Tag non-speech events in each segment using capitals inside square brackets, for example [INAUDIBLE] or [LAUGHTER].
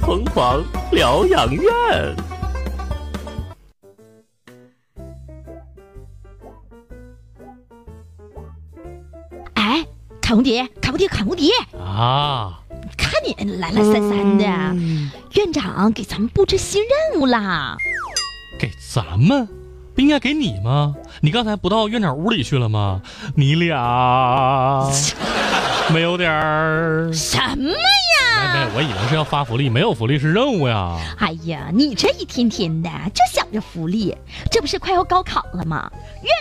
疯狂疗养院。哎，卡红迪，卡红迪，卡红迪，啊，看你懒懒散散的，啊嗯院长给咱们布置新任务啦。给咱们，不应该给你吗？你刚才不到院长屋里去了吗？你俩没有点儿？什么没呀？没，我以为是要发福利，没有福利是任务呀。哎呀，你这一天天的就想着福利，这不是快要高考了吗？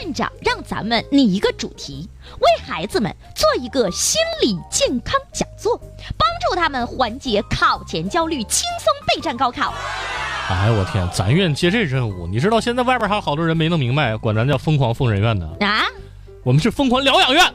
院长让咱们拟一个主题，为孩子们做一个心理健康讲座，帮助他们缓解考前焦虑，轻松备战高考。哎，我天，咱院接这任务，你知道现在外边还有好多人没弄明白，管咱叫疯狂疯人院呢。啊，我们是疯狂疗养 [LAUGHS] 院。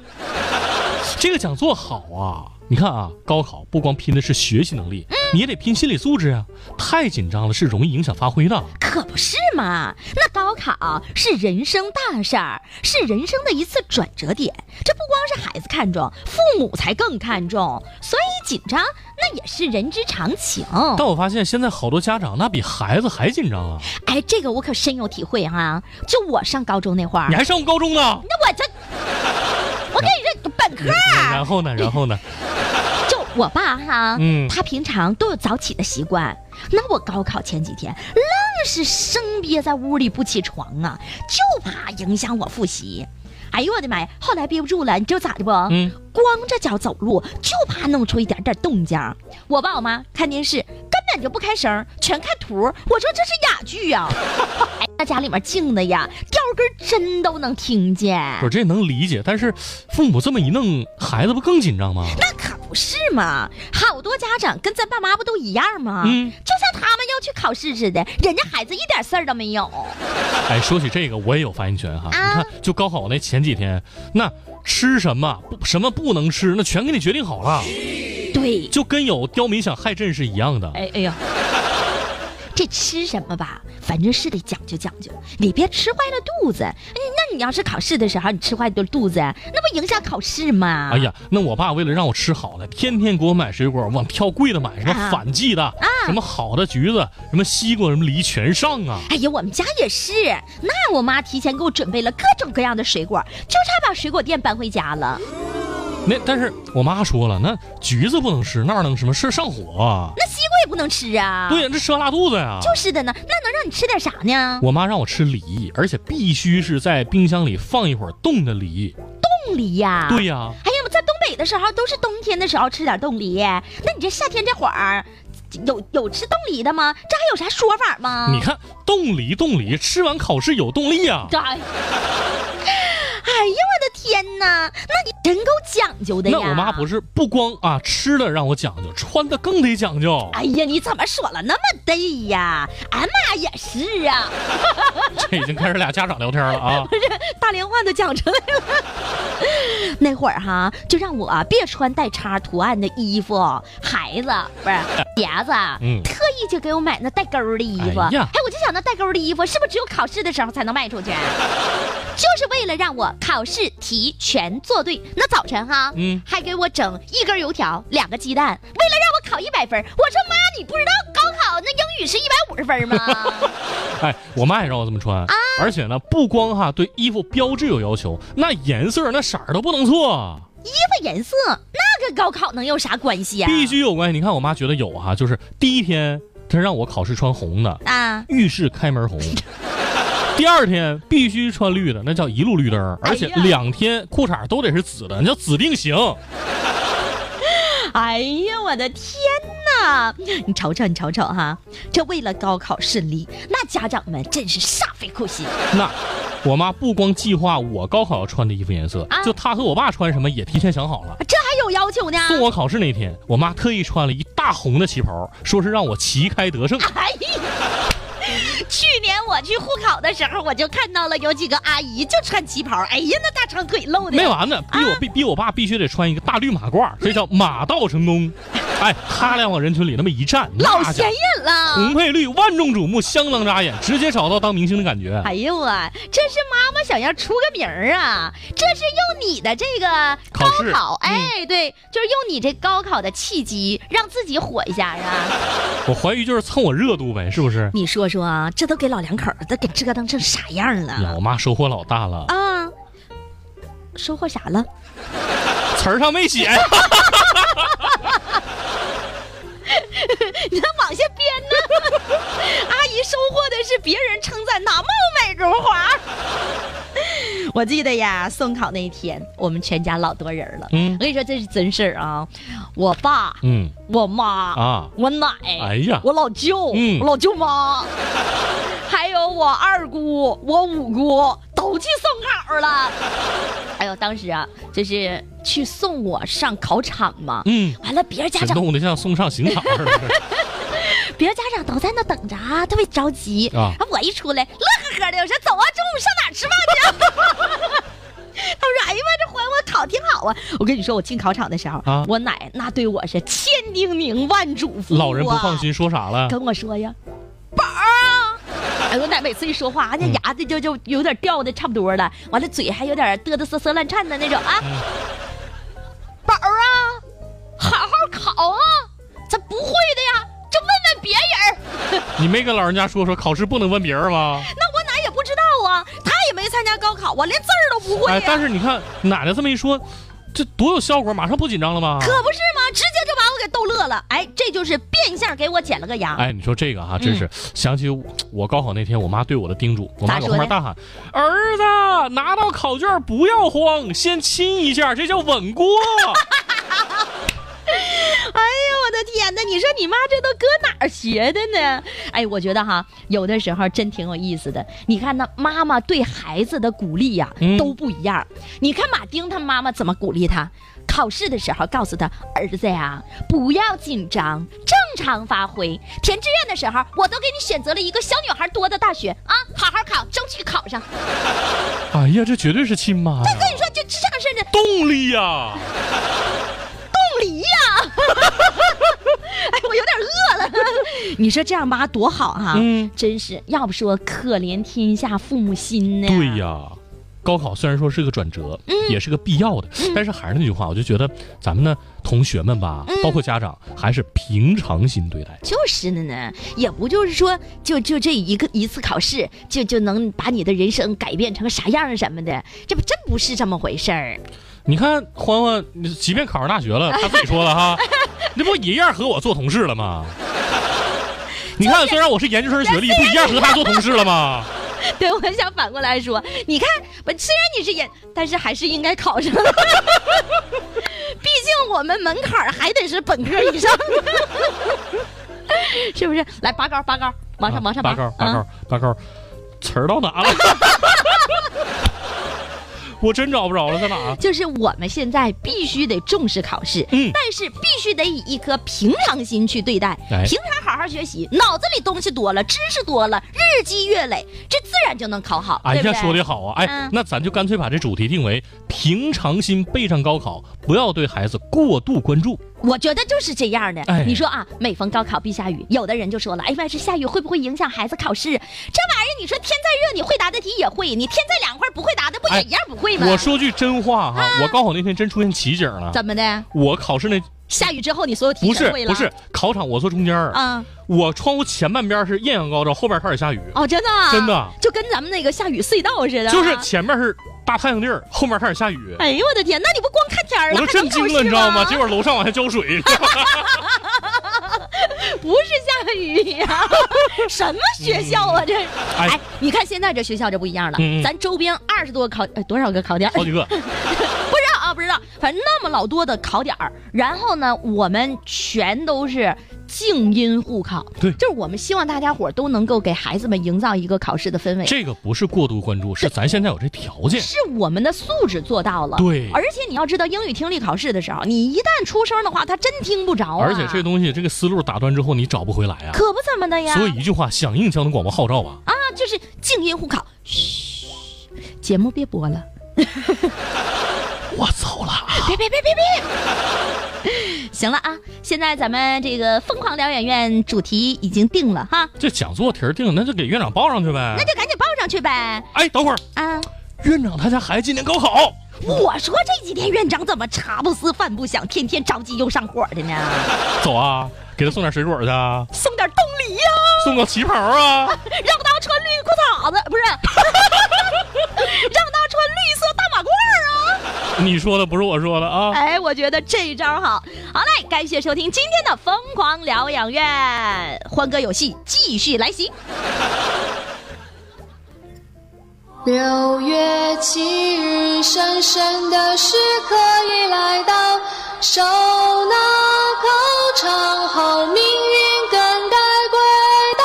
这个讲座好啊！你看啊，高考不光拼的是学习能嗯力，你也得拼心理素质啊。太紧张了是容易影响发挥的。可不是嘛！那高考是人生大事儿，是人生的一次转折点。这不光是孩子看重，父母才更看重。所以紧张那也是人之常情。但我发现现在好多家长那比孩子还紧张啊！哎，这个我可深有体会哈、就我上高中那会儿你，还上过高中呢？那我这，我跟你说，本科儿嗯然后呢？然 [LAUGHS] 后呢？就我爸哈，嗯他平常都有早起的习惯。那我高考前几天，愣是生憋在屋里不起床啊，就怕影响我复习。哎呦我的妈呀！后来憋不住了，你知道咋的不？嗯，光着脚走路，就怕弄出一点点动静儿。我爸我妈看电视根本就不开声儿，全看图儿。我说这是哑剧呀、 [LAUGHS] 哎，那家里面静的呀，掉根针都能听见。我这能理解，但是父母这么一弄，孩子不更紧张吗？那可不是嘛，好多家长跟咱爸妈不都一样吗？嗯就像他们要去考试似的，人家孩子一点事儿都没有。哎，说起这个，我也有发言权哈。啊你看，就高考那前几天，那吃什么不什么不能吃，那全给你决定好了，对，就跟有刁民想害朕是一样的。哎哎呀，这吃什么吧，反正是得讲究讲究，你别吃坏了肚子。嗯那你要是考试的时候你吃坏肚肚子，那不影响考试吗？哎，呀，那我爸为了让我吃好的，天天给我买水果，往挑贵的买，什啊么反季的，什么好的橘子，什么西瓜，什么梨全上啊。哎呀，我们家也是，那我妈提前给我准备了各种各样的水果，就差把水果店搬回家了。那但是我妈说了，那橘子不能吃，那儿能什么事上火啊？那西瓜也不能吃啊。对，呀，这吃完拉肚子呀。就是的呢，那能让你吃点啥呢？我妈让我吃梨，而且必须是在冰箱里放一会儿冻的梨。冻梨呀、对呀、哎呀，在东北的时候都是冬天的时候吃点冻梨，那你这夏天这会儿有有吃冻梨的吗？这还有啥说法吗？你看，冻梨冻梨，吃完考试有动力呀、这哎，哎呀，我的天哪！那你真够讲究的呀！那我妈不是。是不光啊吃的让我讲究，穿的更得讲 [LAUGHS] 究。哎呀，你怎么说了那么对呀？俺妈也是啊，这已经开始俩家长聊天了啊！大连话都讲出来了。 [LAUGHS] 那会儿哈，就让我别穿带叉图案的衣服，孩子不 [LAUGHS] 是鞋子，嗯特意就给我买那带钩儿的衣服。哎呀哎，我就想那带钩儿的衣服是不是只有考试的时候才能卖出去？啊 [LAUGHS] 就是为了让我考试题全做对。那早晨哈，嗯还给我整一根油条，两个鸡蛋，为了让我考一百分儿。我说妈，你不知道高考那英语是一百五十分吗？ [LAUGHS] 哎，我妈也让我这么穿，啊而且呢，不光哈对衣服标志有要求，那颜色那色儿都不能错，衣服颜色那跟高考能有啥关系呀、啊必须有关系。你看我妈觉得有哈、就是第一天她让我考试穿红的，啊！浴室开门 [LAUGHS] 红。第二天必须穿绿的，那叫一路绿灯儿，而且哎呀两天裤衩都得是紫的，那叫紫定型。 [LAUGHS] 哎呀，我的天哪！你瞅瞅，你瞅瞅哈，这为了高考顺利，那家长们真是煞费苦心。那我妈不光计划我高考要穿的衣服颜色，啊就她和我爸穿什么也提前想好了。这还有要求呢？送我考试那天，我妈特意穿了一大红的旗袍，说是让我旗开得胜。哎呀！去年我去护考的时候，我就看到了有几个阿姨就穿旗袍，哎呀，那大长腿露的，啊没完呢，逼我逼逼我爸必须得穿一个大绿马褂，这叫马到成功。哎，他俩往人群里那么一站，老那家嗯显伙眼了。红配绿，万众瞩目，相当扎眼，直接找到当明星的感觉。哎呦啊，这是妈妈想要出个名儿啊！这是用你的这个高考试考，嗯哎，对，就是用你这高考的契机，让自己火一下啊！我怀疑就是蹭我热度呗，是不是？你说说啊，这都给老两口儿都给折腾成啥样呀，了我妈收获老大了，啊？收获啥了？词儿上没写，你还往下编呢？ [LAUGHS] 阿姨收获的是别人称赞她貌美如花。我记得呀，送考那一天，我们全家老多人了。嗯我跟你说，这是真事儿啊！我爸、嗯我妈、啊，我奶，哎呀我老舅，嗯我老舅妈，还有我二姑、我五姑都去送考了。哎呦，当时啊，就是去送我上考场嘛。嗯，完了，别人家这长弄得像送上刑场 [LAUGHS] 似的。别人家长都在那等着啊，特别着急啊我一出来，乐呵呵的，我说走啊，中午上哪儿吃饭去啊？ [LAUGHS] 他们说：“哎呀妈，这还我考挺好啊！”我跟你说，我进考场的时候，啊我奶那对我是千叮咛万嘱咐、啊老人不放，心，说啥了？跟我说呀，宝儿啊！哎，我奶每次一说话，那牙就就就有点掉的差不多了，完了嘴还有点嘚嘚瑟瑟乱颤的那种啊。宝儿啊，好好考啊！咱不会的呀，就问问别人儿。你没跟老人家说说考试不能问别人吗？那我奶也不知道啊，她也没参加高考啊，连字儿都不会呀、哎，但是你看奶奶这么一说，这多有效果，马上不紧张了吧？可不是吗？直接就把我给逗乐了。哎，这就是变相给我剪了个牙。哎，你说这嗯个哈、真是、想起我我高考那天，我妈对我的叮嘱，我妈咋搁说旁边的大喊：“儿子，拿到考卷不要慌，先亲一下，这叫稳过。哎呦，我的天哪！你说你妈这都搁哪儿学的呢？哎，我觉得哈，有的时候真挺有意思的。你看那妈妈对孩子的鼓励呀、嗯都不一样。你看马丁他妈妈怎么鼓励他？考试的时候告诉他儿子呀，不要紧张，正常发挥。填志愿的时候，我都给你选择了一个小女孩多的大学啊，好好考，争取考上。”哎呀，这绝对是亲妈呀，跟你说，就这个事儿呢，动力呀、冻梨呀、 [LAUGHS] 哎，我有点饿了。 [LAUGHS] 你说这样妈多好啊哈、嗯真是要不说可怜天下父母心呢。对呀、高考虽然说是个转折，嗯也是个必要的，但是还是那句话，我就觉得咱们呢，同学们吧，嗯包括家长，还是平常心对待。就是的呢，也不就是说，就就这一个一次考试，就就能把你的人生改变成啥样儿什么的，这不真不是这么回事儿。你看欢欢，你即便考上大学了，他自己说了哈， [LAUGHS] 那不一样和我做同事了 [LAUGHS] 吗？你看，虽然我是研究生学历，不一样和他做同事了 [LAUGHS] 吗？ [LAUGHS] 对，我想反过来说，你看，不，虽然你是研，但是还是应该考上。 [LAUGHS] 毕竟我们门槛儿还得是本科以上， [LAUGHS] 是不是？来拔高，拔高，往上，往上拔高，拔啊高，拔高，词儿到哪了？ [LAUGHS] 我真找不着了，在哪儿？就是我们现在必须得重视考试，嗯但是必须得以一颗平常心去对待， [LAUGHS] 哎平常好好学习，脑子里东西多了，知识多了，日积月累，这自然就能考好，哎对呀，不对？说的好啊！哎，嗯那咱就干脆把这主题定为平常心备战高考，不要对孩子过度关注。我觉得就是这样的。哎你说啊，每逢高考必下雨，有的人就说了，哎呀妈，这下雨会不会影响孩子考试？这玩意儿，你说天再热，你会答的题也会；你天再凉快，不会答的不也哎一样不会吗？我说句真话哈，我高考那天真出现奇景了。啊怎么的？我考试那下雨之后你所有题不是全会了？不是考场，我坐中间儿，啊、我窗户前半边是艳阳高照，后边开始下雨，哦，真的啊真的就跟咱们那个下雨隧道似的啊，就是前面是大太阳地儿，后面开始下雨，哎呦我的天，那你不光看天儿我了，都还能震惊考试了，你知道吗？结果楼上往下浇水， [LAUGHS] 不是下雨呀、 [LAUGHS] 什么学校啊这？哎哎，你看现在这学校就不一样了，嗯嗯哦咱周边二十多个考、哎、多少个考点？好几个，不知道啊，不知道，反正那么老多的考点儿，然后呢，我们全都是静音互考，对就是我们希望大家伙儿都能够给孩子们营造一个考试的氛围。这个不是过度关注，是咱现在有这条件。哎是我们的素质做到了，对而且你要知道，英语听力考试的时候，你一旦出声的话，他真听不着啊。而且这东西，这个思路打断之后，你找不回来啊。可不怎么的呀。所以一句话，响应交通广播号召吧。啊，就是静音互考，嘘，节目别播了。我走了啊。别别别别别！ [LAUGHS] 行了啊，现在咱们这个疯狂疗养院主题已经定了哈，这讲座题儿定了，那就给院长报上去呗那。就赶紧报上去呗哎，等会儿，啊！院长他家孩子今年高考，我说这几天院长怎么茶不思饭不想，天天着急又上火的呢？走啊，给他送点水果去啊，送点冻梨呀、送个旗袍啊。让他穿绿裤衩子，不是， [LAUGHS] 让他穿绿色大马褂儿啊！你说的不是我说的啊。哎，我觉得这一招好。好嘞，感谢收听今天的疯狂疗养院，欢歌有戏继续来袭。六月七日，神圣的时刻已来到，手拿口唱后，命运更改轨道。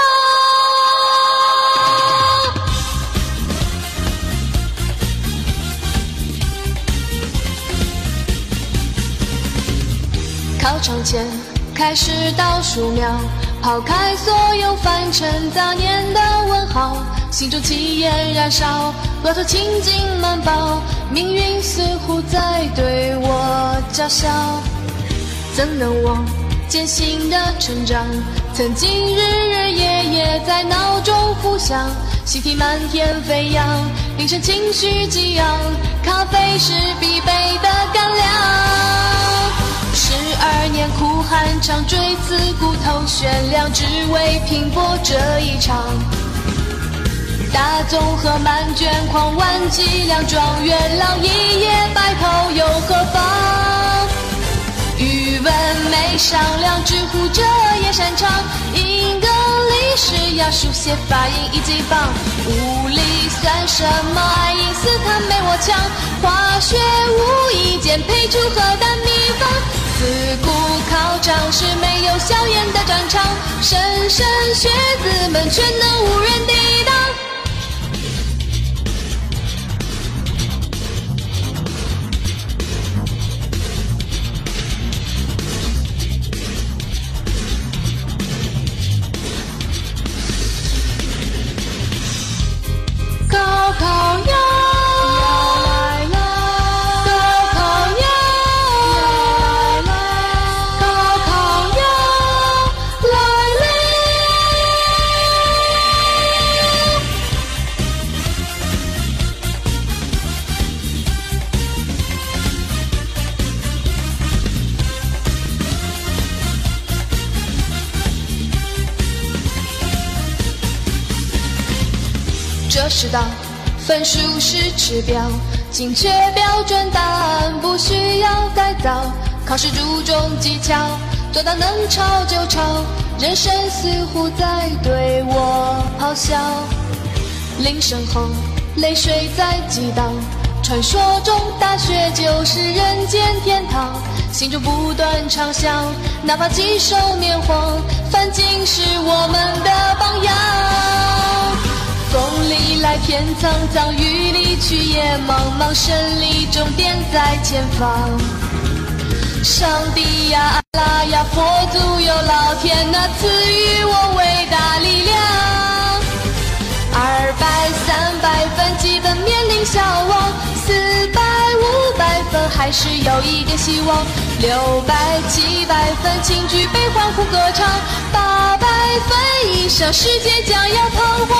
考场前开始倒数秒，抛开所有凡尘杂念的问号，心中气焰燃烧，额头青筋满爆，命运似乎在对我叫嚣，怎能忘艰辛的成长？曾经日日夜夜在脑中浮想，习题满天飞扬，凌晨情绪激昂，咖啡是必备的干粮。十二年苦寒尝，锥刺骨头悬梁，只为拼搏这一场。大综合满卷狂，万脊梁状元郎，一夜白头又何妨？语文没商量，直呼这也擅长。英格里史呀，书写发音一级棒。物理算什么？爱因斯坦没我强。化学无意间配出核弹秘方。自古考场是没有硝烟的战场，莘莘学子们全能无人抵挡。高考要来了，高考要来了，高考要来了。这世道，分数是指标，精确标准答案不需要改造。考试注重技巧，做到能抄就抄，人生似乎在对我咆哮。铃声后，泪水在激荡。传说中大学就是人间天堂，心中不断畅想，哪怕几首缅怀，范进是我们的榜样。风里来天苍苍，雨里去也茫茫，胜利终点在前方。上帝呀，阿拉呀，佛祖有老天呐，赐予我伟大力量。二百、三百分，基本面临消亡；四百、五百分，还是有一点希望；六百、七百分，请举杯欢呼歌唱；八百分以上，世界将要彷徨。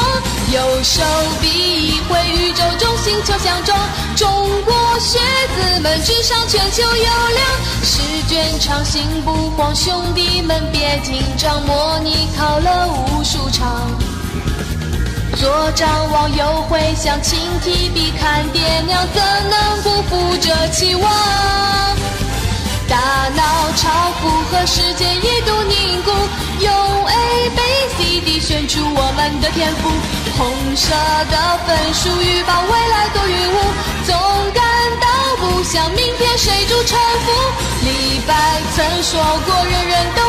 有手比一挥，宇宙中心球相撞。中国学子们智商全球优良，试卷长心不慌，兄弟们别紧张，模拟考了无数场。左张望，右回想，亲提笔看爹娘，怎能不负这期望？大脑超负荷，时间一度凝固，用 A B C D 选出我们的天赋。红色的分数预报未来多云雾，总感到不想明天谁主沉浮。李白曾说过，人人都